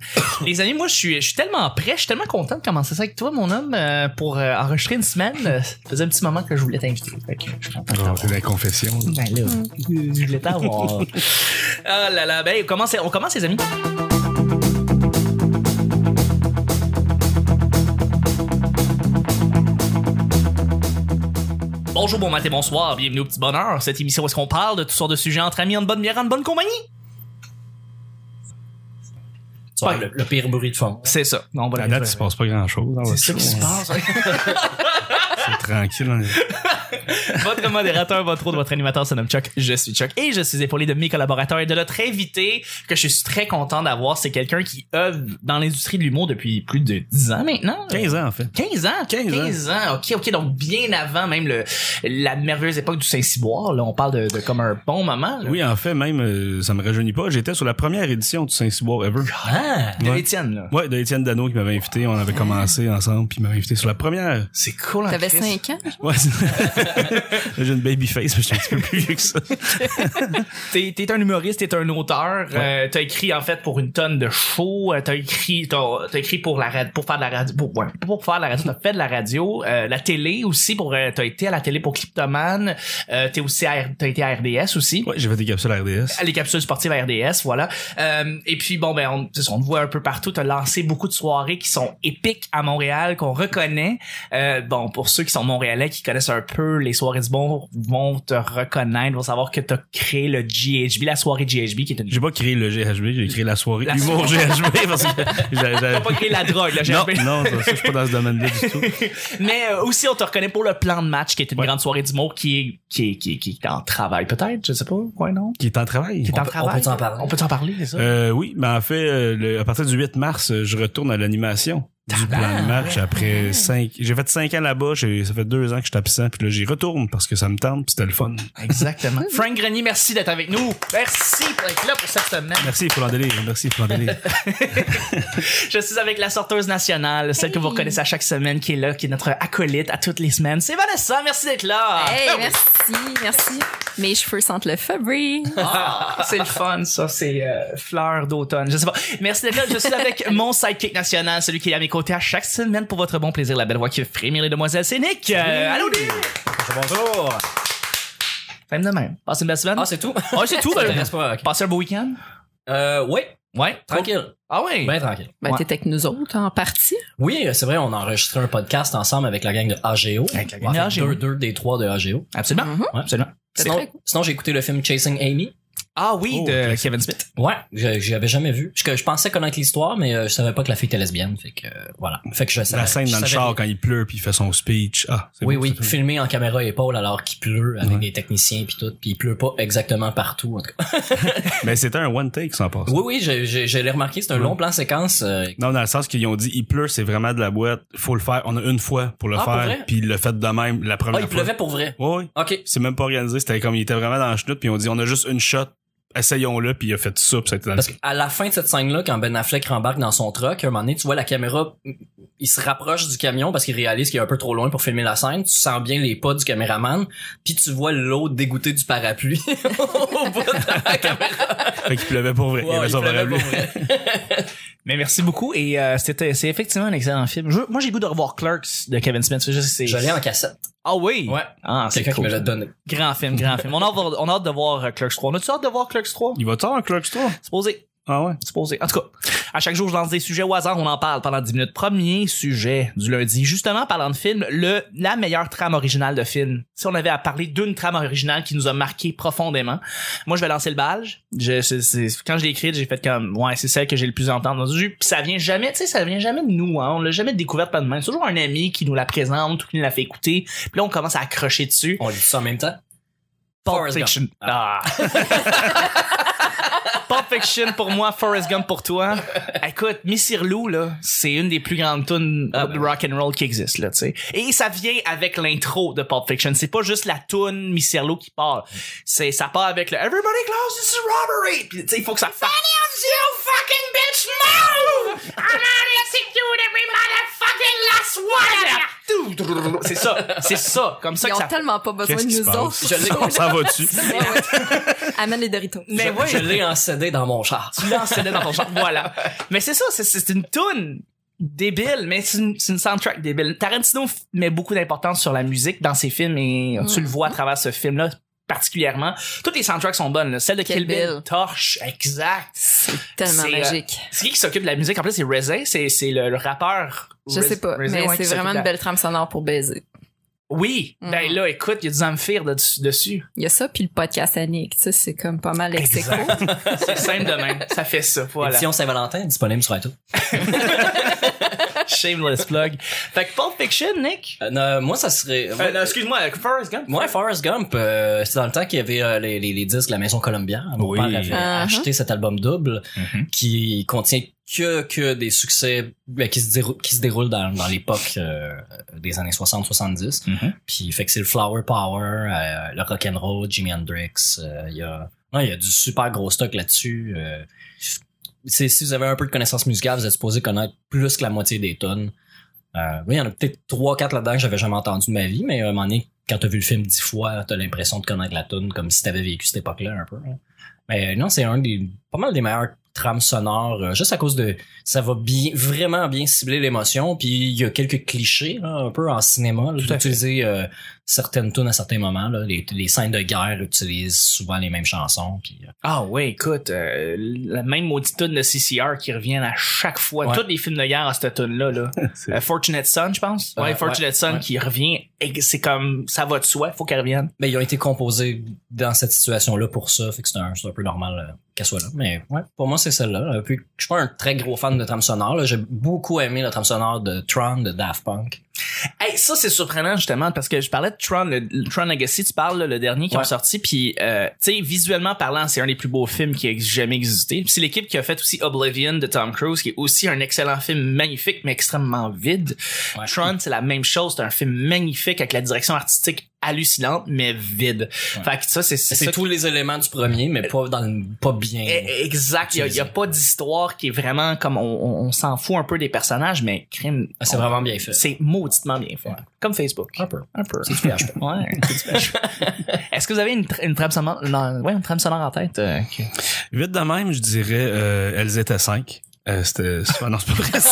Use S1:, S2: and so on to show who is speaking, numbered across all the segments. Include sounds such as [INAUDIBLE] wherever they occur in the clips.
S1: [LAUGHS] Les amis, moi, je suis, je suis tellement prêt, je suis tellement content de commencer ça avec toi, mon homme, euh, pour euh, enregistrer une semaine. Euh, Ça faisait un petit moment que je voulais t'inviter. Fait que je suis content de
S2: Ah,
S1: t'avoir.
S2: c'est la confession.
S1: Ben là, je voulais t'avoir. [LAUGHS] Ah là là, ben, on commence, on commence, les amis. Bonjour, bon matin, bonsoir, bienvenue au Petit Bonheur, cette émission où est-ce qu'on parle de toutes sortes de sujets entre amis, en bonne bière, en bonne compagnie.
S3: Tu vas avoir le, le pire bruit de fond.
S1: C'est ça. ben, On va
S2: À
S1: la
S2: date, il se passe pas grand-chose. dans votre
S1: C'est ça qui
S2: show,
S1: se
S2: hein.
S1: passe.
S2: C'est tranquille. hein.
S1: votre modérateur, votre autre, votre animateur se nomme Chuck. Je suis Chuck et je suis épaulé de mes collaborateurs et de notre invité que je suis très content d'avoir. C'est quelqu'un qui œuvre dans l'industrie de l'humour depuis plus de 10 ans maintenant.
S2: 15 ans, en fait.
S1: 15 ans, 15,
S2: 15 ans.
S1: ans. OK, OK, donc bien avant même le la merveilleuse époque du Saint-Cyboire, là, on parle de, de comme un bon moment. là.
S2: Oui, en fait, même, euh, ça me rajeunit pas. J'étais sur la première édition du Saint-Cyboire Ever.
S1: Ah, de
S2: Ouais.
S1: Étienne là.
S2: Ouais, de Étienne Dano qui m'avait invité. On avait commencé ensemble, puis il m'avait invité sur la première.
S1: C'est cool.
S2: hein,
S1: en
S4: T'avais
S1: Christ.
S4: 5 ans?
S2: Ouais, c'est- [LAUGHS] j'ai une baby face, mais je suis un petit peu plus vieux que ça.
S1: T'es, t'es un humoriste, t'es un auteur. euh, t'as écrit en fait pour une tonne de shows. euh, T'as écrit, t'as, t'as écrit pour la radio, pour faire de la radio, pour, ouais, pour faire de la radio. T'as fait de la radio, euh, la télé aussi. Pour euh, t'as été à la télé pour Cryptoman. Euh, t'es aussi à R- t'as été à RDS aussi.
S2: Ouais, j'ai fait des capsules à RDS.
S1: à Les capsules sportives à RDS, voilà. Euh, et puis bon, ben on, c'est ça, on te voit un peu partout. T'as lancé beaucoup de soirées qui sont épiques à Montréal, qu'on reconnaît. Euh, bon, pour ceux qui sont Montréalais, qui connaissent un peu les soirées du bon, vont te reconnaître, vont savoir que t'as créé le GHB, la soirée GHB, qui est une.
S2: J'ai pas créé le GHB, j'ai créé la soirée
S1: La
S2: Humour GHB parce
S1: [LAUGHS]
S2: que j'avais-
S1: T'as
S2: j'avais-
S1: pas créé la drogue, [LAUGHS] la GHB.
S2: Non, non, ça, ça, je suis pas dans ce domaine-là du tout.
S1: Mais euh, aussi, on te reconnaît pour le plan de match, qui est une
S2: Ouais.
S1: grande soirée d'humour qui est, qui est, qui est, qui est en travail, peut-être, je sais pas, ouais, non?
S2: Qui est en travail.
S1: Qui est en
S3: On peut- on
S1: travail.
S3: peut t'en parler.
S1: On peut t'en parler, c'est ça?
S2: Euh, oui, mais en fait, euh, le- à partir du 8 mars, euh, je retourne à l'animation du plan de match après cinq. J'ai fait cinq ans là-bas, j'ai- ça fait deux ans que je suis absent, puis là j'y retourne parce que ça me tente, puis c'était le fun.
S1: Euh. [LAUGHS] Exactement. Frank Grenier, merci d'être avec nous. Merci pour être là pour cette semaine.
S2: Merci pour l'endélire, merci pour
S3: [LAUGHS]
S2: l'endélire.
S1: Je suis avec la sorteuse nationale, celle que vous reconnaissez à chaque semaine, qui est là, qui est notre acolyte à toutes les semaines. C'est Vanessa, merci d'être là. [LAUGHS]
S4: Hey,
S1: Ah,
S4: merci, merci. Mes cheveux sentent le Fabry.
S1: Ah, c'est le fun, ça. C'est euh, fleur d'automne. Je sais pas. Merci d'être là. Je suis avec mon sidekick national, celui qui est à mes côtés à chaque semaine pour votre bon plaisir. La belle voix qui fait frémir les demoiselles, c'est Nick. Euh, allô, Nick.
S3: Bonjour.
S1: Même de même. Passez une belle semaine.
S3: Ah, c'est [LAUGHS] tout?
S1: Ah, c'est tout.
S3: Ça
S1: ben,
S3: t'intéresse pas, ok.
S1: passez un beau week-end.
S3: Euh, oui,
S1: Ouais.
S3: tranquille.
S1: Ah ouais.
S3: Ben tranquille.
S4: Ben,
S1: Ouais.
S4: t'étais avec nous autres, en partie.
S3: Oui, c'est vrai, on a enregistré un podcast ensemble avec la gang de AGO.
S1: Avec la
S3: On
S1: gang
S3: a
S1: de
S3: fait
S1: AGO.
S3: Deux, deux des trois de AGO.
S1: Absolument.
S4: Mhm.
S3: Ouais.
S1: Absolument.
S4: C'est
S3: Sinon,
S4: très cool.
S3: sinon j'ai écouté le film Chasing Amy.
S1: Ah oui,
S2: Oh,
S1: de Kevin Smith.
S3: Ouais, je- j'y avais jamais vu. Je, je pensais connaître l'histoire, mais euh, je savais pas que la fille était lesbienne. Fait que euh, voilà. Fait que je savais.
S2: La scène
S3: je
S2: dans le
S3: savais-
S2: char quand il pleut, puis il fait son speech. Ah, c'est
S3: Oui,
S2: bon,
S3: oui,
S2: ça fait-
S3: filmé en caméra épaule alors qu'il pleut avec
S2: Ouais.
S3: des techniciens puis tout, puis il pleut pas exactement partout. En tout cas.
S2: Mais c'était un one take sans passe.
S3: Oui, oui, je, je, je l'ai remarqué, c'est un
S2: Ouais.
S3: long plan séquence. euh,
S2: Non, dans le sens qu'ils ont dit, il pleut, c'est vraiment de la boîte, faut le faire. On a une fois pour le
S3: Ah, pour
S2: faire,
S3: vrai?
S2: puis il l'a fait de même la
S3: Ah,
S2: première
S3: il
S2: fois.
S3: pleuvait pour vrai.
S2: Oui, oui.
S3: Ok.
S2: C'est même pas organisé, c'était comme il était vraiment dans le chenoute, puis on dit on a juste une shot, essayons-le, puis il a fait ça, puis ça a été dans le
S3: Parce qu'à la fin de cette scène-là, quand Ben Affleck rembarque dans son truck, à un moment donné, tu vois la caméra, il se rapproche du camion parce qu'il réalise qu'il est un peu trop loin pour filmer la scène. Tu sens bien les pas du caméraman, puis tu vois l'eau dégoûtée du parapluie [LAUGHS] au bout de la caméra.
S2: Fait qu'il pleuvait pour vrai. il y avait
S3: Ouais, il
S2: son
S3: pleuvait
S2: vrai
S3: pour
S2: bleu. [LAUGHS]
S3: vrai.
S1: Mais merci beaucoup et euh, c'était c'est effectivement un excellent film. Je- moi j'ai le goût de revoir Clerks de Kevin Smith. Je sais, c'est-
S3: Je l'ai en cassette.
S1: Ah oui.
S3: Ouais.
S1: Ah c'est
S3: Quelqu'un qui
S1: cool.
S3: me l'a donné.
S1: Grand film, grand film. On a, on a hâte de voir euh, Clerks 3. On a-tu hâte de voir Clerks 3?
S2: Il va t'en un Clerks 3?
S1: Supposé.
S2: Ah ouais?
S1: Supposé. En tout cas, à chaque jour, je lance des sujets au hasard, on en parle pendant 10 minutes. Premier sujet du lundi, justement, parlant de film, le, la meilleure trame originale de film. Si on avait à parler d'une trame originale qui nous a marqué profondément, moi, je vais lancer le balge. Je, c'est- c'est- quand je l'ai écrite, j'ai fait comme, ouais, c'est celle que j'ai le plus entendue. Puis ça vient jamais, tu sais, ça vient jamais de nous, hein. On l'a jamais découverte pas de main. C'est toujours un ami qui nous la présente ou qui nous la fait écouter. Puis là, on commence à accrocher dessus.
S3: On lit ça en même temps.
S1: Pulp
S3: Forrest
S1: Fiction. [LAUGHS] Ah. Pulp Fiction pour moi, Forrest Gump pour toi. Écoute, Missy Lou là, c'est une des plus grandes tunes euh, de rock and roll qui existe là, tu sais. Et ça vient avec l'intro de Pulp Fiction. C'est pas juste la tune Missy Lou qui part. C'est ça part avec le Everybody close this is robbery. Puis, tu sais, il faut que ça fasse. you fucking bitch move! I'm gonna execute every motherfucking last one C'est ça, c'est ça, comme ça
S4: Ils
S1: que
S4: ont
S1: ça.
S4: tellement pas besoin de
S2: Qu'est-ce qui se
S4: nous
S2: passe?
S4: autres.
S3: Je l'ai-
S4: [LAUGHS]
S2: On s'en va
S3: [LAUGHS]
S2: dessus.
S4: Ouais, ouais. Amène les Doritos.
S1: Mais
S3: je,
S1: oui,
S3: je l'ai en CD dans mon char.
S1: tu l'encelais dans ton genre. Voilà. Mais c'est ça, c'est- c'est une toune débile, mais c'est une, c'est une soundtrack débile. Tarantino f- met beaucoup d'importance sur la musique dans ses films
S4: Mm.
S1: et tu le vois à travers ce film-là particulièrement. Toutes les soundtracks sont bonnes. là. Celle de Kill,
S4: Kill
S1: Bill,
S4: Bill.
S1: Torch, exact.
S4: C'est tellement
S1: C'est, euh,
S4: magique.
S1: C'est qui qui s'occupe de la musique? En plus, c'est Raisin, c'est c'est le, le rappeur.
S4: Je
S1: Rais-
S4: sais pas,
S1: Raisin,
S4: mais
S1: ouais, qui
S4: c'est
S1: s'occupe
S4: vraiment
S1: de la-
S4: une belle trame sonore pour baiser.
S1: Oui,
S4: Mm.
S1: ben là, écoute, il y a du Zamfir de- dessus.
S4: Il y a ça, puis le podcast à Nick. Ça, c'est comme pas mal ex aequo. [LAUGHS]
S1: C'est simple de même. Ça fait ça, voilà.
S3: Édition Saint-Valentin disponible sur iTunes.
S1: Shameless plug. Fait que Pulp Fiction, Nick?
S3: Euh, non, moi, ça serait...
S1: Euh, non, excuse-moi, Forrest Gump?
S3: Moi, Forrest Gump, euh, c'était dans le temps qu'il y avait euh, les, les, les disques de la Maison Columbia. Mon
S2: Oui.
S3: père avait
S4: Uh-huh.
S3: acheté cet album double qui contient que, que des succès ben, qui, se dérou- qui se déroulent dans, dans l'époque euh, des années 60-70.
S1: Mhm.
S3: Puis fait que c'est le Flower Power, euh, le rock'n'roll, Jimi Hendrix. euh, Il y a non, il y a du super gros stock là-dessus. euh, c'est- si vous avez un peu de connaissances musicales, vous êtes supposé connaître plus que la moitié des tonnes. Euh, oui, il y en a peut-être trois, quatre là-dedans que j'avais jamais entendu de ma vie, mais euh, à un moment donné, quand t'as vu le film dix fois, t'as l'impression de connaître la tune comme si t'avais vécu cette époque-là un peu. hein. Mais non, c'est un des pas mal des meilleurs trames sonores, euh, juste à cause de ça va bien, vraiment bien cibler l'émotion, puis il y a quelques clichés là, un peu en cinéma, là,
S1: Tout à fait.
S3: d'utiliser euh, certaines tunes à certains moments. Là, les, les scènes de guerre utilisent souvent les mêmes chansons. Puis, euh,
S1: Ah ouais, écoute, euh, la même maudite tune de CCR qui revient à chaque fois.
S3: Ouais.
S1: Tous les films de guerre à cette tune là [LAUGHS] là.
S2: C'est-
S1: Euh, Fortunate Son, je pense. Ouais,
S3: Ouais,
S1: Fortunate
S3: ouais,
S1: Son
S3: ouais.
S1: qui revient. et C'est comme ça va de soi, faut qu'elle revienne.
S3: ben, ils ont été composés dans cette situation-là pour ça, fait que c'est un, c'est un peu normal euh, qu'elle soit là. Mais ouais, pour moi, c'est celle-là. Euh, Puis, je suis pas un très gros fan de trame sonore. là. J'ai beaucoup aimé la trame sonore de Tron, de Daft Punk.
S1: Hey, ça c'est surprenant justement parce que je parlais de Tron, le, le Tron Legacy, tu parles là, le dernier qui est
S3: Ouais.
S1: sorti, puis euh, tu sais visuellement parlant, c'est un des plus beaux films qui a jamais existé. Puis C'est l'équipe qui a fait aussi Oblivion de Tom Cruise, qui est aussi un excellent film magnifique mais extrêmement vide.
S3: Ouais.
S1: Tron, c'est la même chose, c'est un film magnifique avec la direction artistique hallucinante mais vide.
S3: Ouais.
S1: Fait que ça c'est
S3: C'est
S1: ça Euh,
S3: tous les éléments du premier, mais pas dans le- pas bien.
S1: Eh, Exact. Il y a- il y a,
S3: utilisé.
S1: pas d'histoire qui est vraiment comme on, on- on s'en fout un peu des personnages, mais crime.
S3: Ah, c'est
S1: on-
S3: vraiment bien
S1: [LAUGHS]
S3: fait.
S1: C'est mauditement bien fait.
S3: Ouais.
S1: Comme Facebook.
S3: Un peu.
S1: Un peu.
S3: C'est du PHP.
S1: [LAUGHS] Ouais, c'est du
S3: [LAUGHS]
S1: PHP. Est-ce que vous avez une, tra- une trame sonore, non, ouais, une trame sonore en tête? euh, que-
S2: Vite de même, je dirais, euh, elles étaient cinq. Euh, c'était, c'est pas- non, c'est pas vrai.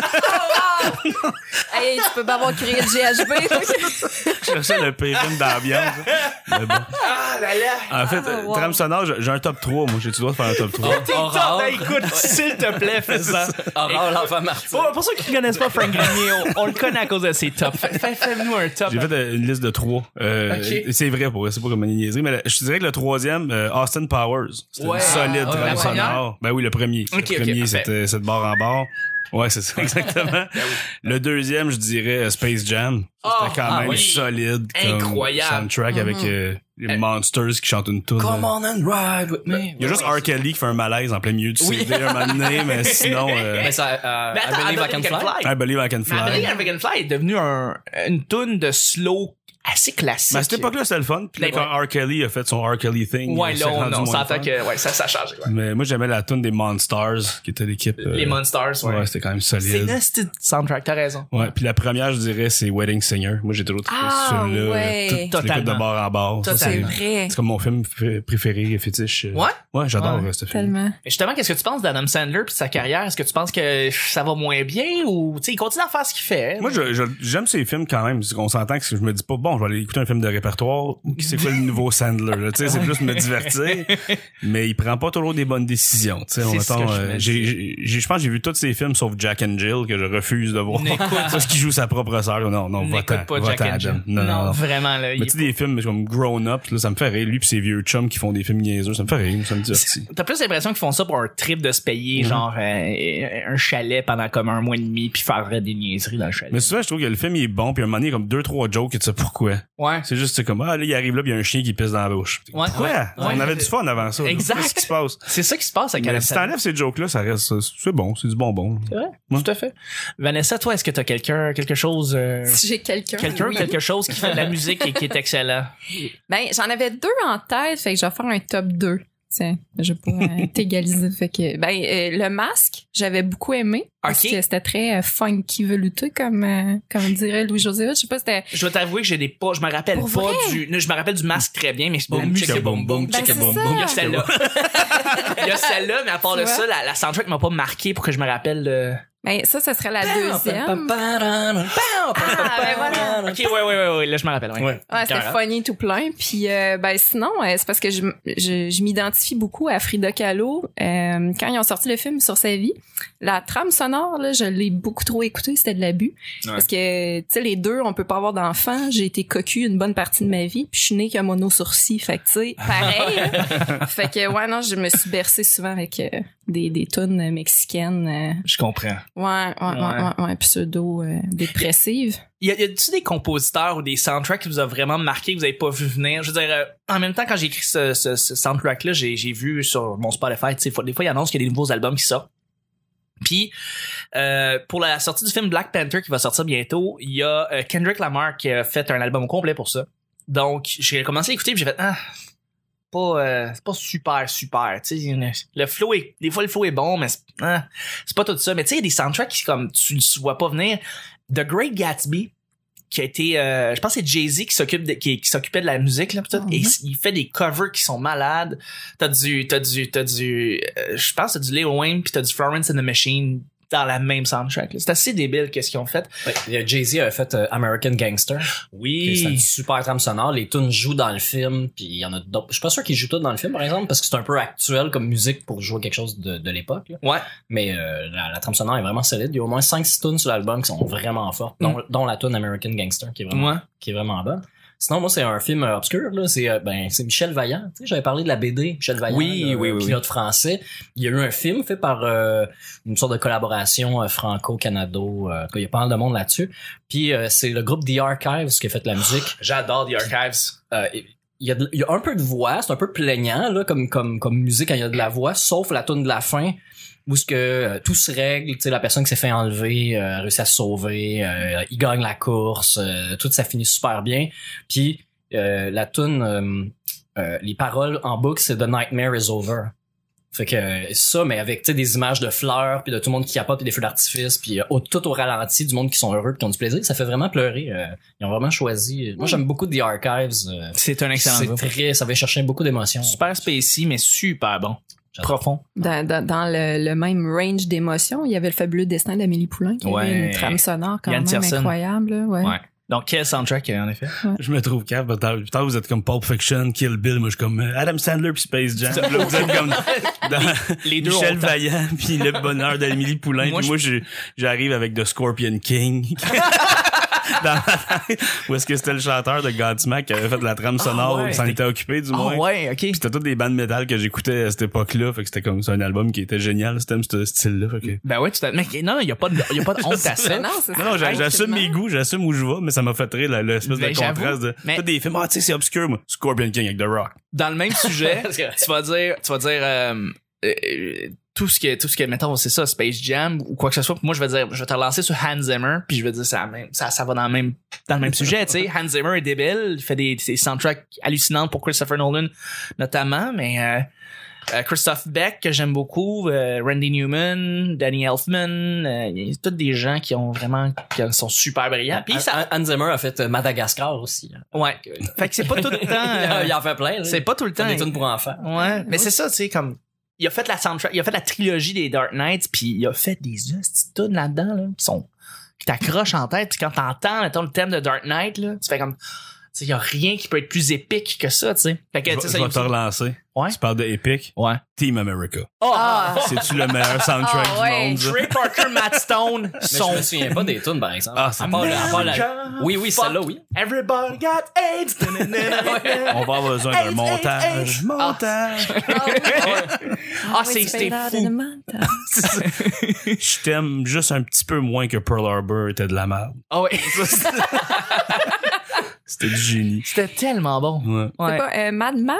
S1: Ah!
S4: hey, tu peux pas avoir créé le GHB.
S2: [LAUGHS]
S1: [LAUGHS]
S2: Je cherchais le pire film d'ambiance. Mais bon. En fait,
S4: Ah,
S2: euh,
S4: wow.
S2: trame sonore, j'ai- j'ai un top 3. Moi, j'ai tu dois faire un top
S3: Oh.
S2: 3.
S3: Aurore.
S1: Hey, ben, écoute, Oh, s'il te plaît, fais ça.
S3: Aurore, l'enfant martyr.
S1: Pour, pour ceux qui ne connaissent pas Frank Grenier, on, on le connaît à cause de ses tops. Fais- fais- Fais-nous un top.
S2: J'ai fait euh, une liste de trois. Euh,
S1: Ok.
S2: C'est vrai pour vrai, c'est pas comme une niaiserie, mais la- je te dirais que le troisième, euh, Austin Powers. C'était
S1: Ouais.
S2: une solide
S1: Ah, ouais,
S2: trame
S1: la première?
S2: sonore. Ben oui, le premier.
S1: Ok, ok,
S2: le premier,
S1: parfait.
S2: c'était c'est de bord en bord. Ouais,
S1: [LAUGHS]
S2: c'est ça, exactement. le deuxième, je dirais euh, Space Jam.
S1: Oh,
S2: C'était quand
S1: ah
S2: même
S1: oui.
S2: solide. comme
S1: Incroyable. Mm-hmm.
S2: Soundtrack avec euh, les Monsters qui chantent une tune.
S3: Come
S2: là.
S3: on and ride with me.
S2: Il y a juste R. Kelly qui fait un malaise en plein milieu du
S3: Oui.
S2: CD à un moment
S1: [LAUGHS]
S2: donné, mais sinon, euh,
S3: Mais ça, euh,
S1: Mais Ben, attends,
S3: I Believe I Can Fly.
S2: I Believe I Can
S1: Mais Adrien
S2: Fly.
S1: Dragonfly est devenu un, une toune de slow assez classique.
S2: Mais à cette époque-là, c'était le fun. Puis là,
S1: Mais
S2: quand R. Kelly a fait son R. Kelly thing,
S1: Ben ouais,
S2: c'est
S1: là, on,
S2: rendu
S1: on
S2: moins
S1: s'entend
S2: fun.
S1: que ouais, ça, ça a changé. ouais.
S2: Mais moi, j'aimais la tune des Monstars, qui était l'équipe. euh,
S1: Les Monsters, ouais.
S2: Ouais, c'était quand même
S1: c'est
S2: solide.
S1: nasty soundtrack, t'as raison.
S2: Ouais, puis la première, je dirais, c'est Wedding Singer. Moi, j'ai toujours trouvé
S4: Ah,
S2: celui-là. euh,
S4: ouais.
S2: Tout- je l'écoute
S1: Totalement.
S2: de bord en bord. Ça,
S1: Totalement.
S4: C'est
S2: C'est
S4: vrai.
S2: c'est comme mon film f- préféré, fétiche. euh,
S1: Ouais?
S2: Ouais, j'adore
S1: Ouais.
S2: ce film.
S4: Tellement.
S1: Mais justement, qu'est-ce que tu penses d'Adam Sandler pis de sa carrière? Est-ce que tu penses que ça va moins bien ou, tu sais, il continue à faire ce qu'il fait? hein?
S2: Moi, je- je- j'aime ces films quand même. On s'entend que je me dis pas, bon, je vais aller écouter un film de répertoire. C'est quoi le nouveau Sandler? là? Tu sais, c'est plus me divertir. Mais il prend pas toujours des bonnes décisions. Tu sais, on
S1: C'est ce
S2: attend,
S1: que je
S2: euh,
S1: me
S2: j'ai- j'ai- j'ai- Je pense que j'ai vu tous ces films sauf Jack and Jill que je refuse de voir.
S1: N'écoute-
S2: Parce qu'il joue sa propre sœur. Non, non, va-t'en.
S1: N'écoute pas Jack
S2: va-t'en,
S1: and Jill.
S2: Adam. Non, non, non.
S1: vraiment, là. il
S2: Mais
S1: est
S2: tu sais, des films comme Grown Up, là, ça me fait rire. Lui pis ses vieux chums qui font des films niaiseux, ça me fait rire, ça me
S1: [LAUGHS]
S2: divertit.
S1: T'as plus l'impression qu'ils font ça pour un trip de se payer,
S2: Mm-hmm.
S1: genre euh, un chalet pendant comme un mois et demi, puis faire des niaiseries dans le chalet.
S2: Mais souvent, je trouve que le film, il est bon, puis à un moment donné, il y a comme deux, trois jokes, et tu sais pourquoi.
S1: Ouais.
S2: C'est juste, c'est comme, ah, là, il arrive là, puis il y a un chien qui pisse dans la bouche.
S1: Ouais.
S2: Pourquoi?
S1: Ouais.
S2: On
S1: Ouais.
S2: avait du fun avant ça. là.
S1: Exact.
S2: Qu'est-ce qui se passe?
S1: C'est ça qui se passe avec
S2: Mais
S1: Adam
S2: si
S1: Sandler.
S2: t'enlèves ces jokes-là, ça reste, c'est bon, c'est du bonbon.
S1: C'est vrai,
S2: Ouais.
S1: tout à fait. Vanessa, toi, est-ce que t'as quelqu'un, quelque chose, euh,
S4: Si j'ai quelqu'un.
S1: quelqu'un,
S4: oui.
S1: quelque chose qui fait de la musique et qui est excellent?
S4: Ben, j'en avais deux en tête, fait que je vais faire un top 2. Tiens, je pourrais t'égaliser. Fait que, ben, euh, le masque, j'avais beaucoup aimé. Parce
S1: Ok.
S4: que c'était très euh, funky velouteux, comme, euh, comme dirait Louis-José. Hood. Je sais pas, c'était.
S1: Je dois t'avouer que j'ai des pas. Je me rappelle
S4: Pour
S1: pas
S4: vrai?
S1: du. Je me rappelle du masque très bien, mais c'est la
S3: Boum,
S1: musique.
S3: chicka boum, boum,
S4: Ben,
S3: chicka
S4: c'est
S3: boum,
S4: ça.
S3: boum,
S1: Il y a
S3: chicka
S1: celle-là.
S3: boum.
S1: [LAUGHS] Il y a celle-là, mais à part
S4: Tu
S1: de
S4: vois?
S1: ça, la, la soundtrack m'a pas marqué pour que je me rappelle. euh,
S4: Ben, ça, ça serait la deuxième. Ah, ben voilà.
S1: Ok, ouais, ouais, ouais, ouais, là je me rappelle. Ouais.
S3: Ouais,
S4: Ouais, Ah, c'était
S3: carrément.
S4: funny tout plein. Puis euh, ben sinon, euh, c'est parce que je, m- je, je m'identifie beaucoup à Frida Kahlo. Euh, quand ils ont sorti le film sur sa vie, la trame sonore, là, je l'ai beaucoup trop écoutée, c'était de l'abus.
S3: Ouais.
S4: Parce que, tu sais, les deux, on peut pas avoir d'enfants. J'ai été cocu une bonne partie de ma vie, puis je suis née qu'un mono sourcil. Fait que, tu sais, pareil. hein. fait que, ouais, non, je me suis bercée souvent avec euh, des, des tunes euh, mexicaines. euh,
S1: Je comprends.
S4: ouais, ouais, ouais,
S1: Ouais.
S4: ouais, euh, ouais, pseudo-dépressives.
S1: Y a, y a-tu des compositeurs ou des soundtracks qui vous a vraiment marqué, que vous avez pas vu venir? Je veux dire, euh, en même temps, quand j'ai écrit ce, ce, ce soundtrack-là, j'ai, j'ai vu sur mon Spotify, tu sais, fois- des fois, ils annoncent qu'il y a des nouveaux albums qui sortent. Puis, euh, pour la sortie du film Black Panther qui va sortir bientôt, il y a euh, Kendrick Lamar qui a fait un album complet pour ça. Donc, j'ai commencé à écouter puis j'ai fait, ah, pas, euh, c'est pas super, super. Tu sais, il y en a- le flow est, des fois, le flow est bon, mais c'est, ah, c'est pas tout ça. Mais tu sais, il y a des soundtracks qui, comme, tu ne vois pas venir. The Great Gatsby, qui a été, euh, je pense que c'est Jay-Z qui s'occupe de- qui, qui s'occupait de la musique, là, pis tout,
S4: Mhm.
S1: et il fait des covers qui sont malades. T'as du, t'as du, t'as du, euh, je pense que t'as du Lil Wayne pis t'as du Florence and the Machine dans la même soundtrack, là. C'est assez débile qu'est-ce qu'ils ont fait.
S3: Ouais, il y a Jay-Z a fait euh, American Gangster. Puis C'est une super trame sonore. Les tunes jouent dans le film. Puis il y en a d'autres. Je suis pas sûr qu'ils jouent toutes dans le film, par exemple, parce que c'est un peu actuel comme musique pour jouer quelque chose de, de l'époque. là.
S1: Ouais.
S3: Mais euh, la, la trame sonore est vraiment solide. Il y a au moins 5-6 tunes sur l'album qui sont vraiment fortes, dont, dont la tune American Gangster qui est vraiment,
S1: Mm. Ouais.
S3: qui est vraiment bonne. Sinon, moi, c'est un film euh, obscur. là. C'est euh, ben, c'est Michel Vaillant. Tu sais, J'avais parlé de la BD, Michel Vaillant,
S1: Oui,
S3: le
S1: oui, oui,
S3: pilote français. Il y a eu un film fait par euh, une sorte de collaboration euh, franco-canado. euh, il y a pas mal de monde là-dessus. Puis euh, c'est le groupe The Archives qui a fait la musique.
S1: J'adore The Archives.
S3: Euh, il y, a de- il y a un peu de voix, c'est un peu plaignant là, comme, comme, comme musique quand il y a de la voix, sauf la tune de la fin où ce que euh, tout se règle, tu sais, la personne qui s'est fait enlever euh, réussit à se sauver, euh, il gagne la course, euh, tout ça finit super bien. Puis euh, la tune, euh, euh, les paroles en boucle, c'est The Nightmare is Over. Fait que euh, ça, mais avec tu sais, des images de fleurs, puis de tout le monde qui capote, puis des feux d'artifice, puis euh, au- tout au ralenti, du monde qui sont heureux, puis qui ont du plaisir, ça fait vraiment pleurer. euh, ils ont vraiment choisi. euh, Moi, j'aime beaucoup The Archives. euh,
S1: C'est un excellent
S3: c'est
S1: groupe.
S3: très, ça va chercher beaucoup d'émotions.
S1: Super spacey, mais super bon.
S3: J'adore.
S1: Profond.
S4: Dans, dans, dans le, le même range d'émotions, il y avait le fabuleux destin d'Amélie Poulain qui
S1: Ouais.
S4: avait une trame sonore quand
S1: Yann
S4: même
S1: Tiersen.
S4: incroyable. là, Ouais.
S1: Ouais. Donc, quel soundtrack, euh, en [LAUGHS] effet?
S2: Je me trouve cave. parce que Tout à l'heure, vous êtes comme Pulp Fiction, Kill Bill. Moi, je suis comme euh, Adam Sandler puis Space Jam. Puis là, vous êtes [LAUGHS] comme dans
S1: Les deux
S2: Michel
S1: ont-
S2: Vaillant puis Le Bonheur d'Amélie Poulain.
S1: Moi,
S2: Puis moi, je- j'arrive avec The Scorpion [LAUGHS] King. dans ma tête. Où est-ce que c'était le chanteur de Godsmack qui avait fait la trame sonore,
S1: Ah ouais.
S2: s'en était occupé du
S1: Ah
S2: moins.
S1: ouais, ok.
S2: Puis c'était toutes des bandes métal que j'écoutais à cette époque-là. Fait que c'était comme ça un album qui était génial. C'était ce style-là. Fait que...
S1: Ben ouais, tu t'as... Mec, non, y a pas de, y a pas de honte [LAUGHS] à Ah ça.
S4: Ben non, c'est
S2: Non, non, j'a- j'assume mes goûts, j'assume où je vais, mais ça m'a fait rire la- l'espèce
S1: Ben,
S2: de
S1: j'avoue,
S2: contraste de.
S1: mais-
S2: T'as des films, ah, tu sais, c'est obscur, moi. Scorpion King avec The Rock.
S1: dans le même
S3: [LAUGHS]
S1: sujet,
S3: C'est vrai.
S1: tu vas dire, tu vas dire euh, euh, tout ce que tout ce que mettons c'est ça Space Jam ou quoi que ce soit. Puis Moi je vais dire, je vais te relancer sur Hans Zimmer puis je vais dire ça même ça ça va dans le même dans
S3: [LAUGHS]
S1: le même sujet, tu sais. Hans Zimmer est débile, il fait des, des soundtracks hallucinants pour Christopher Nolan notamment, mais euh, euh, Christophe Beck que j'aime beaucoup, euh, Randy Newman, Danny Elfman, euh, il y a tous des gens qui ont vraiment qui sont super
S3: Ah,
S1: brillants. Puis ça,
S3: Hans Zimmer a fait euh, Madagascar aussi. hein.
S1: ouais. Fait que c'est pas tout
S3: [LAUGHS]
S1: le temps.
S3: il,
S1: euh,
S3: en- il en fait plein. là.
S1: c'est pas tout le
S3: Il fait
S1: temps.
S3: des tunes pour enfants.
S1: Ouais, mais
S4: Ouais.
S1: c'est ça, tu sais, comme. Il a fait la soundtrack, il a fait la trilogie des Dark Knights, puis il a fait des hosties de tunes là-dedans, là, qui sont. qui t'accrochent en tête, puis quand t'entends, mettons, le thème de Dark Knight, là, tu fais comme. Tu sais, il y a rien qui peut être plus épique que ça, tu sais. Fait que,
S2: Je
S1: tu sais,
S2: vais-
S1: ça,
S2: je vais
S1: il-
S2: te relancer.
S1: Ouais.
S2: Tu parles de Epic.
S1: Ouais.
S2: Team America.
S1: Oh!
S4: Ah.
S2: C'est-tu
S1: [LAUGHS]
S2: le meilleur soundtrack
S4: Ah, ouais.
S2: du monde? ça?
S1: Ben, Trey Parker, Matt Stone
S3: [LAUGHS] Mais je
S1: sont.
S3: me souviens pas des tunes, par exemple. Ah,
S2: Ah, c'est
S3: à part, la- à part la-
S1: America,
S3: Oui, oui,
S1: fuck
S3: celle-là, oui.
S1: Everybody got
S3: [LAUGHS]
S1: AIDS! [LAUGHS]
S2: On va avoir besoin d'un
S1: Hey, hey, Ah,
S2: montage.
S1: hey.
S2: Montage.
S1: [LAUGHS] Ah, c'est c'est fou.
S2: Je t'aime juste un petit peu moins que Pearl Harbor était de la merde.
S1: Ah
S3: [LAUGHS]
S1: ouais.
S2: C'était du génie.
S1: C'était tellement bon.
S2: Ouais.
S1: Ouais.
S4: euh,
S1: Ben
S4: Mad Max?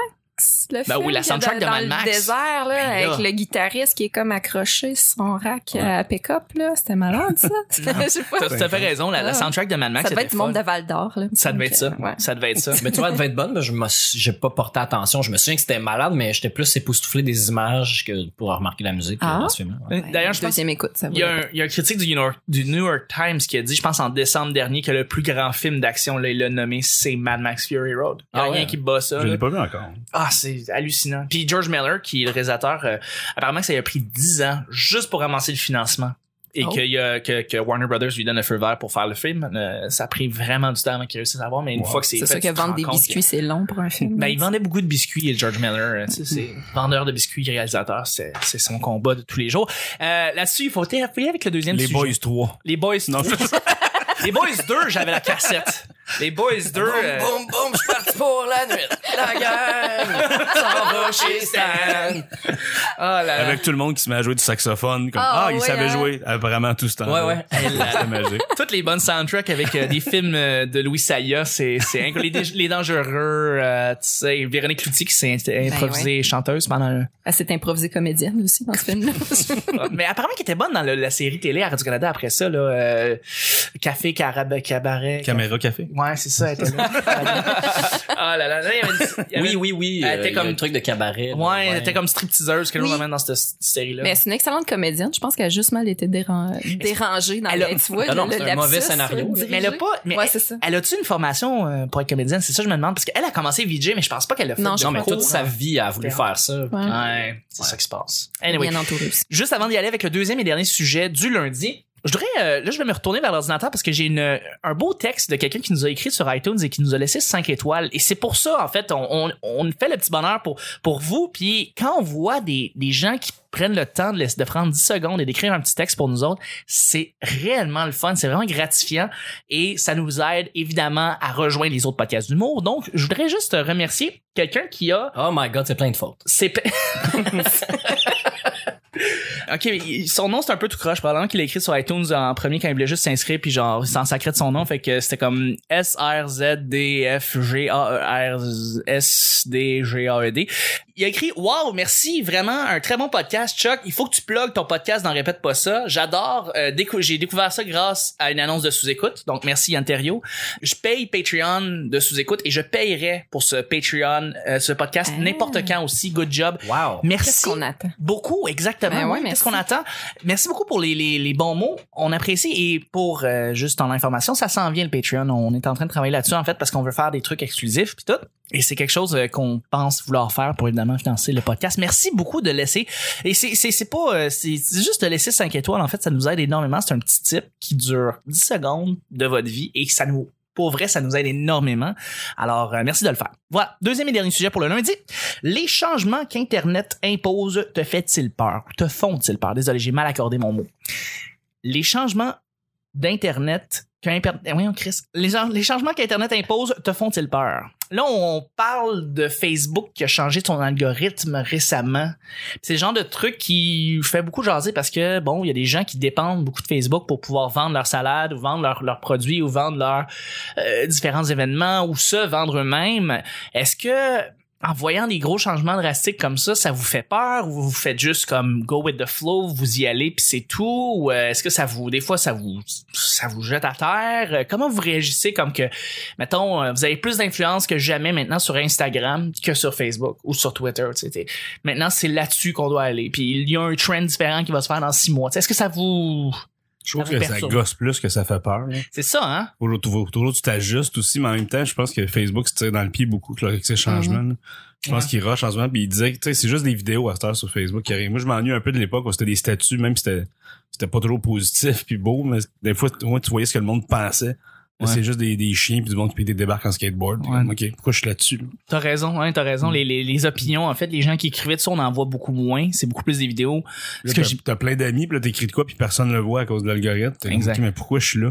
S4: triste, le film.
S1: oui, la
S4: que
S1: soundtrack
S4: dans-
S1: de
S4: dans
S1: Mad
S4: le
S1: Max.
S4: désert, là,
S1: Ben là.
S4: avec le guitariste qui est comme accroché sur son rack euh, à pick-up, là. C'était
S1: [LAUGHS]
S4: malade, ça. Je sais pas.
S1: T'as
S2: Ben,
S1: tout à fait raison. La, la
S4: Ah.
S1: soundtrack de Mad Max,
S4: Ça devait
S1: c'était
S4: être du monde de
S1: folle.
S4: Val d'Or, là.
S1: Ça devait
S4: Donc,
S1: être ça.
S4: euh, ouais.
S1: Ça devait être ça.
S3: Mais tu vois, elle devait être bonne, mais je me suis- j'ai pas porté attention. Je me souviens que c'était malade, mais j'étais plus époustouflé des images que pour remarquer la musique euh,
S4: Ah.
S3: dans ce film-là. ouais.
S1: D'ailleurs, je pense
S4: Deuxième écoute, ça
S1: Il y, a
S4: vaut
S1: un, il y a un critique du New, York, du New York Times qui a dit, je pense en décembre dernier, que le plus grand film d'action, là, il l'a nommé, c'est Mad Max Fury Road. Il y a
S3: Ah ouais.
S1: rien qui bat ça.
S2: Je
S1: là.
S2: l'ai pas vu encore.
S1: Ah, c'est hallucinant. Puis George Miller, qui est le réalisateur, euh, apparemment que ça lui a pris 10 ans juste pour ramasser le financement. Et
S4: Oh.
S1: qu'il y a- que, que Warner Brothers lui donne un feu vert pour faire le film. Euh, ça a pris vraiment du temps avant qu'il réussisse à l'avoir, mais une
S2: Wow.
S1: fois que c'est fait,
S4: C'est sûr
S1: tu
S4: que
S1: te rends
S4: vendre des
S1: compte que-
S4: biscuits, c'est long pour un
S1: [LAUGHS]
S4: film.
S1: ben, il vendait beaucoup de biscuits, et George Miller. euh, tu sais, c'est
S3: Mm.
S1: vendeur de biscuits, réalisateur, c'est c'est son combat de tous les jours. Euh, Là-dessus, il faut t'appuyer avec le deuxième
S2: Les
S1: sujet.
S2: Boys 3.
S1: Les Boys [LAUGHS]
S2: Non,
S1: 3. Les Boys 2, j'avais la cassette. Les Boys 2. euh,
S3: Boum, boum, je suis parti pour la nuit. La gang s'en [LAUGHS] va chez Stan.
S1: oh là là.
S2: Avec tout le monde qui se met à jouer du saxophone. Comme,
S4: Ah,
S2: ah, il
S4: ouais,
S2: savait
S4: hein?
S2: jouer apparemment tout ce temps.
S3: Ouais, Ah, ouais.
S2: C'était magique.
S1: Toutes les bonnes soundtracks avec euh, des films euh, de Louis Saya, c'est c'est inc- les, dé- les dangereux, euh, tu sais, Véronique Cloutier qui s'est int-
S3: Ben
S1: improvisée chanteuse pendant un...
S4: Elle s'est improvisée Ah, comédienne aussi dans ce film-là.
S1: [LAUGHS] Mais apparemment qu'elle était bonne dans le- la série télé à Radio-Canada après ça, là, euh, Café, Carab- Cabaret...
S2: [LAUGHS] Caméra café.
S1: Ouais, c'est ça, elle était là. [LAUGHS] Ah là là, là, il y avait une- il y avait
S3: Oui, oui, oui.
S1: Elle
S3: euh,
S1: était
S3: il y a
S1: comme-
S3: un truc de cabaret. là,
S1: Ouais, elle était comme stripteaseuse que l'on
S4: Oui.
S1: ramène dans cette cette série-là.
S4: Mais c'est une excellente comédienne. Je pense qu'elle a juste mal été déran-
S3: [LAUGHS]
S4: dérangée dans
S1: Elle a-
S4: le, tu vois,
S3: Ah non,
S4: le-
S3: c'est
S4: le
S3: un mauvais
S4: lapsus,
S3: scénario.
S4: euh, dirigé.
S1: Mais elle a pas. Mais
S4: Ouais,
S1: elle-
S4: c'est ça.
S1: Elle a-tu une formation euh, pour être comédienne? C'est ça que je me demande. Parce qu'elle a commencé VJ, mais je pense pas qu'elle l'a fait.
S4: Non,
S1: de
S4: je
S3: Non, mais
S1: cours.
S3: toute sa vie, elle a voulu
S1: Ouais.
S3: faire ça.
S1: Ouais, c'est ça qui se passe. Anyway,
S4: Bien entourée aussi.
S1: juste avant d'y aller avec le deuxième et dernier sujet du lundi, je voudrais, euh, là, je vais me retourner vers l'ordinateur parce que j'ai une, un beau texte de quelqu'un qui nous a écrit sur iTunes et qui nous a laissé 5 étoiles. Et c'est pour ça, en fait, on, on, on fait le petit bonheur pour, pour vous. Puis quand on voit des, des gens qui prennent le temps de, laisser- de prendre 10 secondes et d'écrire un petit texte pour nous autres, c'est réellement le fun, c'est vraiment gratifiant et ça nous aide évidemment à rejoindre les autres podcasts d'humour. Donc, je voudrais juste remercier quelqu'un qui a
S3: Oh my god, c'est plein de fautes.
S1: c'est. pa- [LAUGHS] ok, mais il- son nom c'est un peu tout croche. Probablement qu'il a écrit sur iTunes en premier quand il voulait juste s'inscrire, puis genre il s'en sacrait de son nom, fait que c'était comme S R Z D F G A E R S D G A E D. Il a écrit Wow, merci, vraiment un très bon podcast, Chuck. Il faut que tu plugues ton podcast, n'en répète pas ça. J'adore. euh, décou- J'ai découvert ça grâce à une annonce de sous-écoute. Donc merci Yann Terriot. Je paye Patreon de sous-écoute et je payerai pour ce Patreon, euh, ce podcast
S4: Ah.
S1: n'importe quand aussi. Good job.
S3: Wow.
S4: Qu'est-ce
S1: Merci
S4: qu'on attend?
S1: beaucoup, exactement.
S4: Ben
S1: Oui,
S4: ouais,
S1: Qu'est-ce
S4: merci.
S1: qu'on attend? Merci beaucoup pour les, les, les bons mots. On apprécie. Et pour euh, juste en information, ça s'en vient le Patreon. On est en train de travailler là-dessus, en fait, parce qu'on veut faire des trucs exclusifs puis tout. Et c'est quelque chose euh, qu'on pense vouloir faire pour évidemment financer le podcast. Merci beaucoup de laisser. Et c'est c'est c'est pas euh, c'est c'est juste de laisser 5 étoiles. En fait, ça nous aide énormément. C'est un petit tip qui dure 10 secondes de votre vie et que ça nous pour vrai, ça nous aide énormément. Alors, euh, merci de le faire. Voilà, deuxième et dernier sujet pour le lundi. Les changements qu'Internet impose te fait-il peur? Te font-ils peur? Désolé, j'ai mal accordé mon mot. Les changements d'Internet qu'Internet... Voyons, Chris. Les, en- les changements qu'Internet impose te font-ils peur? Là, on parle de Facebook qui a changé son algorithme récemment. C'est le genre de truc qui fait beaucoup jaser parce que, bon, il y a des gens qui dépendent beaucoup de Facebook pour pouvoir vendre leur salade ou vendre leurs leurs produits ou vendre leurs euh, différents événements ou se vendre eux-mêmes. Est-ce que en voyant des gros changements drastiques comme ça, ça vous fait peur ou vous faites juste comme go with the flow, vous y allez puis c'est tout ou euh, est-ce que ça vous des fois ça vous ça vous jette à terre Euh, Comment vous réagissez comme que mettons euh, vous avez plus d'influence que jamais maintenant sur Instagram que sur Facebook ou sur Twitter, tu sais, t'es- Maintenant, c'est là-dessus qu'on doit aller. Puis il y a un trend différent qui va se faire dans six mois. Tu sais, Est-ce que ça vous
S2: Je trouve
S1: Ça
S2: que
S1: me
S2: ça
S1: perturbe.
S2: gosse plus que ça fait peur. là.
S1: c'est ça hein
S2: Faut toujours, toujours tu t'ajustes aussi, mais en même temps, je pense que Facebook se tire dans le pied beaucoup là, avec ces changements. là. Je pense
S1: Ouais.
S2: qu'il rush en ce moment, puis il disait que tu sais, c'est juste des vidéos à cette heure sur Facebook qui arrivent. Moi, je m'ennuie un peu de l'époque où c'était des statuts, même si c'était c'était pas toujours positif puis beau, mais des fois, t- ouais, tu voyais ce que le monde pensait.
S1: Ouais.
S2: Là, C'est juste des, des chiens puis du monde qui des débarques en skateboard. Puis,
S1: Ouais.
S2: OK, pourquoi je suis là-dessus? là?
S1: T'as raison, hein, t'as raison. Les, les, les opinions, en fait, les gens qui écrivaient de ça, on en voit beaucoup moins. C'est beaucoup plus des vidéos.
S2: Là,
S1: Parce
S2: t'as-
S1: que j'ai-
S2: T'as plein d'amis, puis là, t'écris de quoi, puis personne le voit à cause de l'algorithme. T'es comme,
S1: Exact.
S2: OK, mais pourquoi je suis là?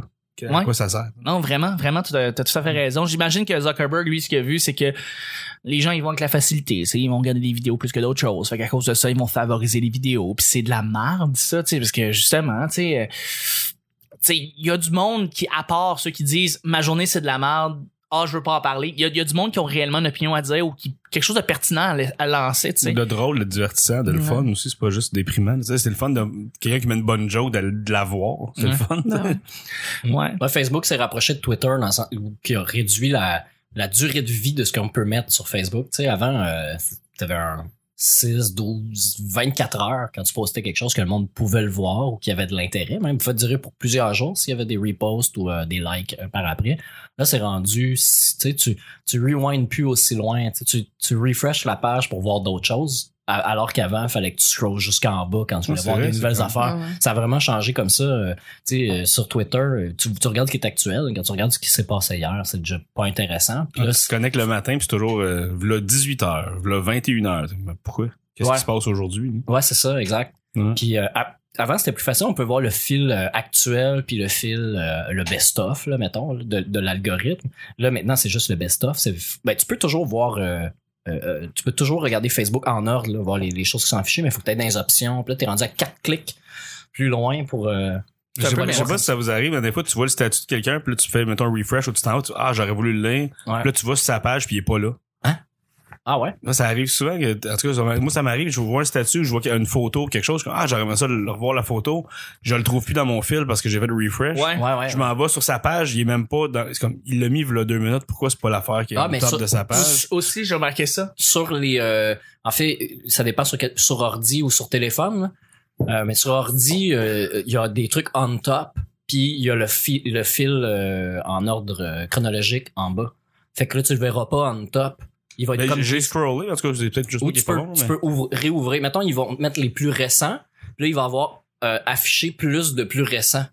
S2: À
S1: Ouais.
S2: quoi ça sert?
S1: Non, vraiment, vraiment, tu as, tout à fait raison. J'imagine que Zuckerberg, lui, ce qu'il a vu, c'est que les gens, ils vont avec la facilité. tu sais, Ils vont regarder des vidéos plus que d'autres choses. Fait qu'à cause de ça, ils vont favoriser les vidéos. Puis c'est de la merde, ça, tu sais, parce que justement, tu sais, euh, tu sais, il y a du monde qui, à part ceux qui disent ma journée, c'est de la merde, ah, je veux pas en parler. Il y a, il y a du monde qui ont réellement une opinion à dire ou qui, quelque chose de pertinent à, la- à lancer, tu sais.
S2: De drôle, de divertissant, de le
S4: Ouais.
S2: fun aussi, c'est pas juste déprimant. Tu sais, c'est le fun de quelqu'un qui met une bonne joke, de, de la voir. C'est
S1: Ouais.
S2: le fun. [LAUGHS]
S4: Ouais.
S1: Ouais.
S3: Ouais, Facebook s'est rapproché de Twitter dans le sens- ou qui a réduit la, la durée de vie de ce qu'on peut mettre sur Facebook. Tu sais, avant, euh, t'avais un 6, 12, 24 heures quand tu postais quelque chose que le monde pouvait le voir ou qui avait de l'intérêt. Même, ça durer pour plusieurs jours s'il y avait des reposts ou euh, des likes euh, par après. Là, c'est rendu, si- tu sais, tu, tu rewindes plus aussi loin. Tu, sais, tu, tu refreshes la page pour voir d'autres choses. a- Alors qu'avant, il fallait que tu scrolls jusqu'en bas quand tu
S2: Ouais,
S3: voulais
S2: c'est
S3: voir
S2: vrai,
S3: des
S2: c'est
S3: nouvelles
S2: vrai.
S3: affaires.
S4: Ouais, ouais.
S3: Ça a vraiment changé comme ça. euh, tu sais, euh, sur Twitter, euh, tu, tu regardes ce qui est actuel, quand tu regardes ce qui s'est passé hier, c'est déjà pas intéressant. Puis là,
S2: Ah, tu te connectes le matin, puis c'est toujours euh, v'là 18h, v'là 21h. Pourquoi? Qu'est-ce
S3: Ouais.
S2: qui se passe aujourd'hui? nous?
S3: c'est- ouais, c'est ça, exact.
S2: Ouais.
S3: Puis euh, à- avant, c'était plus facile, on peut voir le fil euh, actuel, puis le fil, euh, le best-of, là, mettons, là, de, de l'algorithme. Là, maintenant, c'est juste le best-of. c'est- Ben, tu peux toujours voir. euh, euh, euh, tu peux toujours regarder Facebook en ordre, là, voir les, les choses qui sont affichées, mais il faut que tu dans les options. Puis là, t'es rendu à quatre clics plus loin pour. euh,
S2: Je
S1: C'est un
S2: sais
S1: peu
S2: pas, je sais
S1: mélangeant.
S2: pas si ça vous arrive, mais des fois, tu vois le statut de quelqu'un, puis là, tu fais, mettons, un refresh, ou tu t'en vas, tu- ah, j'aurais voulu le lire.
S3: Ouais.
S2: Puis là, tu vas sur sa page, puis il est pas là.
S3: Ah ouais?
S2: Là, ça arrive souvent que, en tout cas, ça m'a- moi, ça m'arrive, je vois un statut, je vois qu'il y a une photo ou quelque chose, je dis, ah, j'aurais aimé ça le- revoir la photo, je le trouve plus dans mon fil parce que j'ai fait le refresh.
S1: Ouais.
S3: Ouais, ouais.
S2: Je m'en vais sur sa page, il est même pas dans, c'est comme, il l'a mis, voilà deux minutes, pourquoi c'est pas l'affaire qui est
S3: Ah,
S2: au
S3: mais
S2: top
S3: ça-
S2: de sa page?
S1: Aussi- Aussi, j'ai remarqué ça.
S3: sur les euh, en fait ça dépend sur quel- sur ordi ou sur téléphone là. Euh, mais sur ordi euh, il y a des trucs on top puis il y a le fil le fil euh, en ordre euh, chronologique en bas fait que là tu le verras pas on top il va être
S2: Ben,
S3: comme
S2: j'ai scrollé, en tout cas, c'est peut-être juste
S3: ou
S2: moi qui
S3: tu
S2: est pas
S3: peux
S2: bon,
S3: tu
S2: mais-
S3: peux ouvre- réouvrir mettons ils vont mettre les plus récents puis là il va avoir euh, affiché plus de plus récents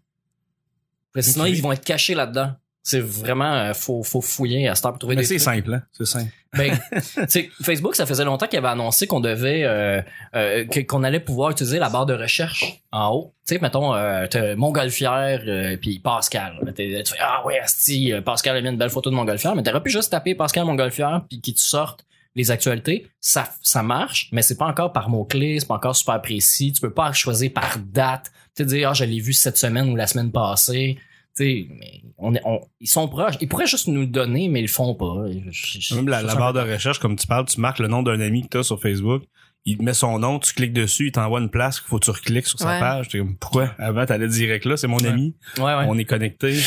S3: Parce que sinon
S2: Ok.
S3: ils vont être cachés là dedans c'est vraiment euh, faut faut fouiller à ce temps pour trouver
S2: mais
S3: des
S2: c'est
S3: trucs.
S2: simple, hein? C'est simple.
S3: Ben, tu sais, Facebook, ça faisait longtemps qu'il avait annoncé qu'on devait, euh, euh, que- qu'on allait pouvoir utiliser la barre de recherche en haut. Tu sais, mettons, euh, t'as Montgolfière euh, puis Pascal. Là, t'es- tu fais, ah ouais, asti, euh, Pascal a mis une belle photo de Montgolfière, mais t'aurais pu juste taper Pascal Montgolfière puis qu'il te sorte les actualités. Ça, ça marche, mais c'est pas encore par mots-clés, c'est pas encore super précis. Tu peux pas choisir par date. Tu sais, dire, ah, je l'ai vu cette semaine ou la semaine passée. Tu sais, mais on, est- on, ils sont proches. Ils pourraient juste nous le donner, mais ils le font pas. Je- je-
S2: Même la,
S3: je-
S2: la
S3: je-
S2: barre de recherche, comme tu parles, tu marques le nom d'un ami que t'as sur Facebook, il te met son nom, tu cliques dessus, il t'envoie une place qu'il faut que tu recliques sur sa
S4: Ouais.
S2: page. T'es comme, pourquoi? Avant, t'allais direct là, c'est mon ami,
S3: Ouais, ouais.
S2: on est connecté.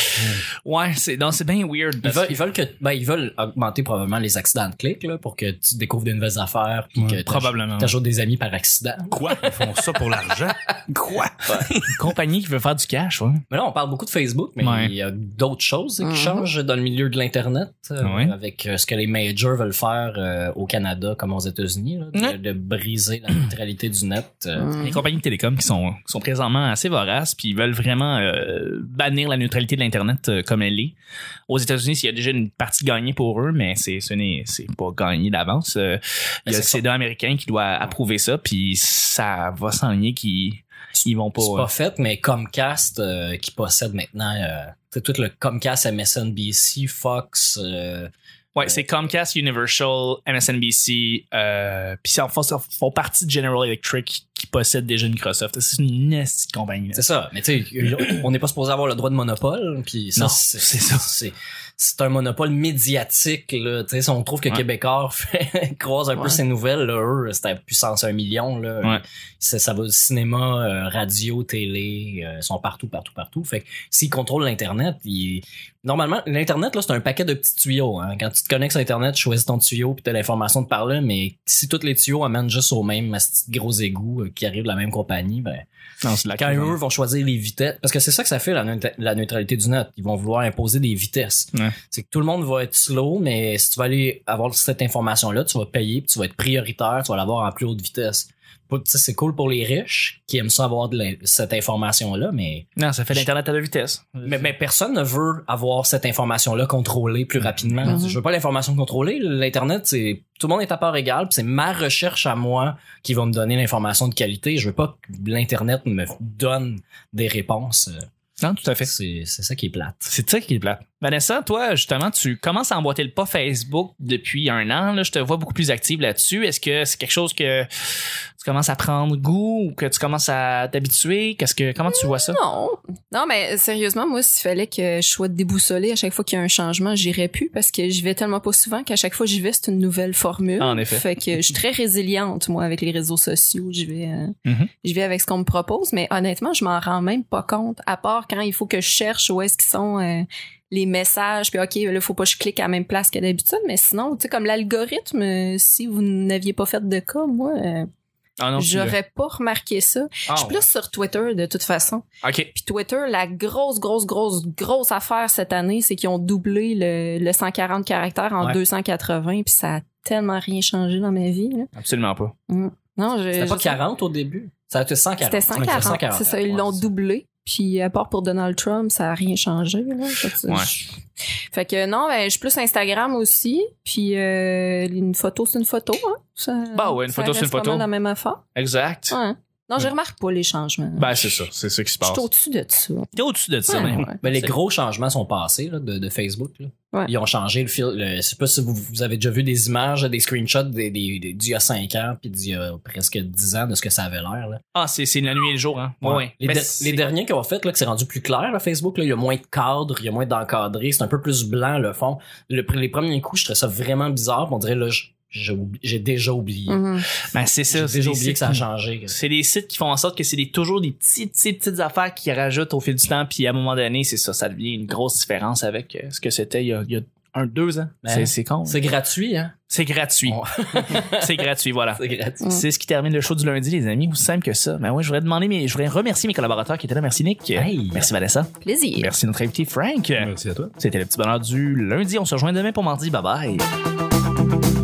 S1: Ouais, c'est, non, c'est bien weird.
S3: Ils
S1: parce
S3: veulent, ils veulent que, ben, ils veulent augmenter probablement les accidents de clics, là, pour que tu découvres de nouvelles affaires, puis
S2: Ouais,
S3: que t'aj-
S1: probablement.
S3: t'ajoutes des amis par accident.
S2: Quoi? Ils font ça pour l'argent? Quoi?
S1: Une compagnie qui veut faire du cash, ouais.
S3: Mais là, on parle beaucoup de Facebook, mais
S1: Ouais.
S3: il y a d'autres choses hein, qui
S4: Mhm.
S3: changent dans le milieu de l'Internet, euh,
S1: Ouais.
S3: avec euh, ce que les majors veulent faire euh, au Canada comme aux États-Unis, là, de,
S1: Ouais.
S3: de briser la neutralité du net. euh,
S1: Les
S4: Hum.
S1: compagnies de télécom qui sont, qui sont présentement assez voraces, puis ils veulent vraiment euh, bannir la neutralité de l'Internet euh, comme elle est. Aux États-Unis, il y a déjà une partie gagnée pour eux, mais c'est, ce n'est, c'est pas gagné d'avance. Euh, il y a le
S3: c'est ça.
S1: Sénat américain qui doit approuver ça, puis ça va s'enligner qu'ils ils vont pas.
S3: C'est pas fait, mais Comcast euh, qui possède maintenant euh, tu sais, tout le Comcast, MSNBC, Fox, euh,
S1: Ouais, c'est Comcast, Universal, MSNBC, euh, puis ils font, ça font partie de General Electric qui possède déjà Microsoft. C'est une nasty compagnie. là.
S3: C'est ça, mais tu sais, [CLEARS THROAT] on n'est pas supposé avoir le droit de monopole, puis ça,
S1: Non,
S3: c'est
S1: c'est ça.
S3: C'est, c'est un monopole médiatique, là. Tu sais, si on trouve que
S1: Ouais.
S3: Québécois fait- [LAUGHS] croise un peu
S4: Ouais.
S3: ces nouvelles, là, eux, c'était à puissance un million, là.
S1: Ouais.
S3: Ça, ça va au cinéma, euh, radio, télé, euh, ils sont partout, partout, partout. Fait que s'ils contrôlent l'Internet, ils... normalement, l'Internet, là, c'est un paquet de petits tuyaux, hein. Quand tu te connectes sur Internet, tu choisis ton tuyau, puis t'as l'information de par là, mais si tous les tuyaux amènent juste au même asti de gros égout euh, qui arrive de la même compagnie, ben,
S1: Non, c'est de la
S3: quand eux vont choisir les vitesses, parce que c'est ça que ça fait la, neutra- la neutralité du net. Ils vont vouloir imposer des vitesses.
S1: Ouais.
S3: C'est que tout le monde va être slow, mais si tu vas aller avoir cette information-là, tu vas payer, puis tu vas être prioritaire, tu vas l'avoir en plus haute vitesse. Pour- tu sais, C'est cool pour les riches qui aiment ça avoir de l'in- cette information-là, mais,
S1: Non, ça fait l'Internet à la vitesse.
S3: mais, mais personne ne veut avoir cette information-là contrôlée plus rapidement.
S4: Mhm.
S3: Je veux pas l'information contrôlée. L'Internet, c'est tout le monde est à part égale, puis c'est ma recherche à moi qui va me donner l'information de qualité. Je veux pas que l'Internet me donne des réponses. euh,
S1: Non, tout à fait.
S3: C'est c'est ça qui est plate.
S1: C'est ça qui est plate. Vanessa, toi, justement, tu commences à emboîter le pas Facebook depuis un an. Là. Je te vois beaucoup plus active là-dessus. Est-ce que c'est quelque chose que tu commences à prendre goût ou que tu commences à t'habituer? Qu'est-ce que Comment tu vois ça?
S4: Non. Non, mais sérieusement, moi, s'il fallait que je sois déboussolée à chaque fois qu'il y a un changement, j'irais plus parce que j'y vais tellement pas souvent qu'à chaque fois j'y vais, c'est une nouvelle formule.
S1: En effet.
S4: Fait que je suis très résiliente, moi, avec les réseaux sociaux. Je vais, euh,
S1: Mhm.
S4: je vais avec ce qu'on me propose, mais honnêtement, je m'en rends même pas compte, à part quand il faut que je cherche où est-ce qu'ils sont euh, les messages, puis OK, là, faut pas que je clique à la même place que d'habitude, mais sinon, tu sais, comme l'algorithme, euh, si vous n'aviez pas fait de cas, moi, euh,
S1: Ah non, tu l'as.
S4: j'aurais pas remarqué ça.
S1: Ah,
S4: Je suis plus sur Twitter, de toute façon.
S1: OK.
S4: Puis Twitter, la grosse, grosse, grosse, grosse affaire cette année, c'est qu'ils ont doublé le, le 140 caractères en
S3: Ouais.
S4: 280, puis ça a tellement rien changé dans ma vie. là.
S1: Absolument pas.
S4: Non, je-
S3: C'était pas
S4: Euh, je-
S3: 40 au début? Ça a été 140.
S4: C'était 140. C'est ça, ils l'ont doublé. Puis à part pour Donald Trump, ça a rien changé. là. Fait que,
S1: Ouais.
S4: je- fait que non, ben, je suis plus Instagram aussi. Puis euh, une photo, c'est une photo. Hein. Ça,
S1: Bah ouais, une
S4: ça
S1: photo, c'est
S4: reste
S1: une
S4: pas
S1: photo.
S4: mal la même affaire.
S1: Exact.
S4: Ouais. Non, je remarque pas les changements.
S1: Ben, c'est ça. C'est ça qui se
S4: je
S1: passe. Ah.
S4: suis au-dessus de ça.
S1: T'es au-dessus de ça.
S4: Ouais,
S1: même.
S4: ouais.
S3: Mais les
S1: C'est-
S3: gros changements sont passés là, de, de Facebook. là.
S4: Ouais.
S3: Ils ont changé le fil. le- je sais pas si vous, vous avez déjà vu des images, des screenshots des, des, des- d'il y a 5 ans puis d'il y a presque 10 ans de ce que ça avait l'air. là.
S1: Ah, c'est c'est la nuit et le jour, hein? Ouais, ouais.
S3: Les,
S1: Ben,
S3: der-
S1: c'est-
S3: les derniers qu'on a fait, là, que c'est rendu plus clair, là, Facebook, là, il y a moins de cadres, il y a moins d'encadrés, c'est un peu plus blanc le fond. Le, pr- les premiers coups, je trouvais ça vraiment bizarre. puis On dirait là, je- j'ai oubli- j'ai déjà oublié.
S4: Mhm.
S1: Ben, c'est ça.
S3: J'ai
S1: c'est
S3: déjà
S1: des
S3: oublié que
S1: sites-
S3: ça a changé.
S1: C'est des sites qui font en sorte que c'est des- toujours des petites, petites, petites affaires qui rajoutent au fil du temps. Puis à un moment donné, c'est ça, ça devient une grosse différence avec euh, ce que c'était il y a, il y a un, deux ans.
S3: Ben,
S1: C'est- c'est con.
S3: C'est gratuit, hein?
S1: C'est gratuit.
S3: On- [LAUGHS]
S1: c'est gratuit, voilà.
S3: C'est gratuit.
S4: Mm.
S1: C'est ce qui termine le show du lundi, les amis. Aussi simple que ça. Ben ouais, je voudrais demander, mais je voudrais remercier mes collaborateurs qui étaient là. Merci Nick.
S3: Hey.
S1: Merci Vanessa.
S4: Plaisir.
S1: Merci notre invité Frank.
S2: é?
S3: Mm.
S2: Merci à toi.
S1: C'était le petit bonheur du lundi. On se rejoint demain pour mardi. Bye bye.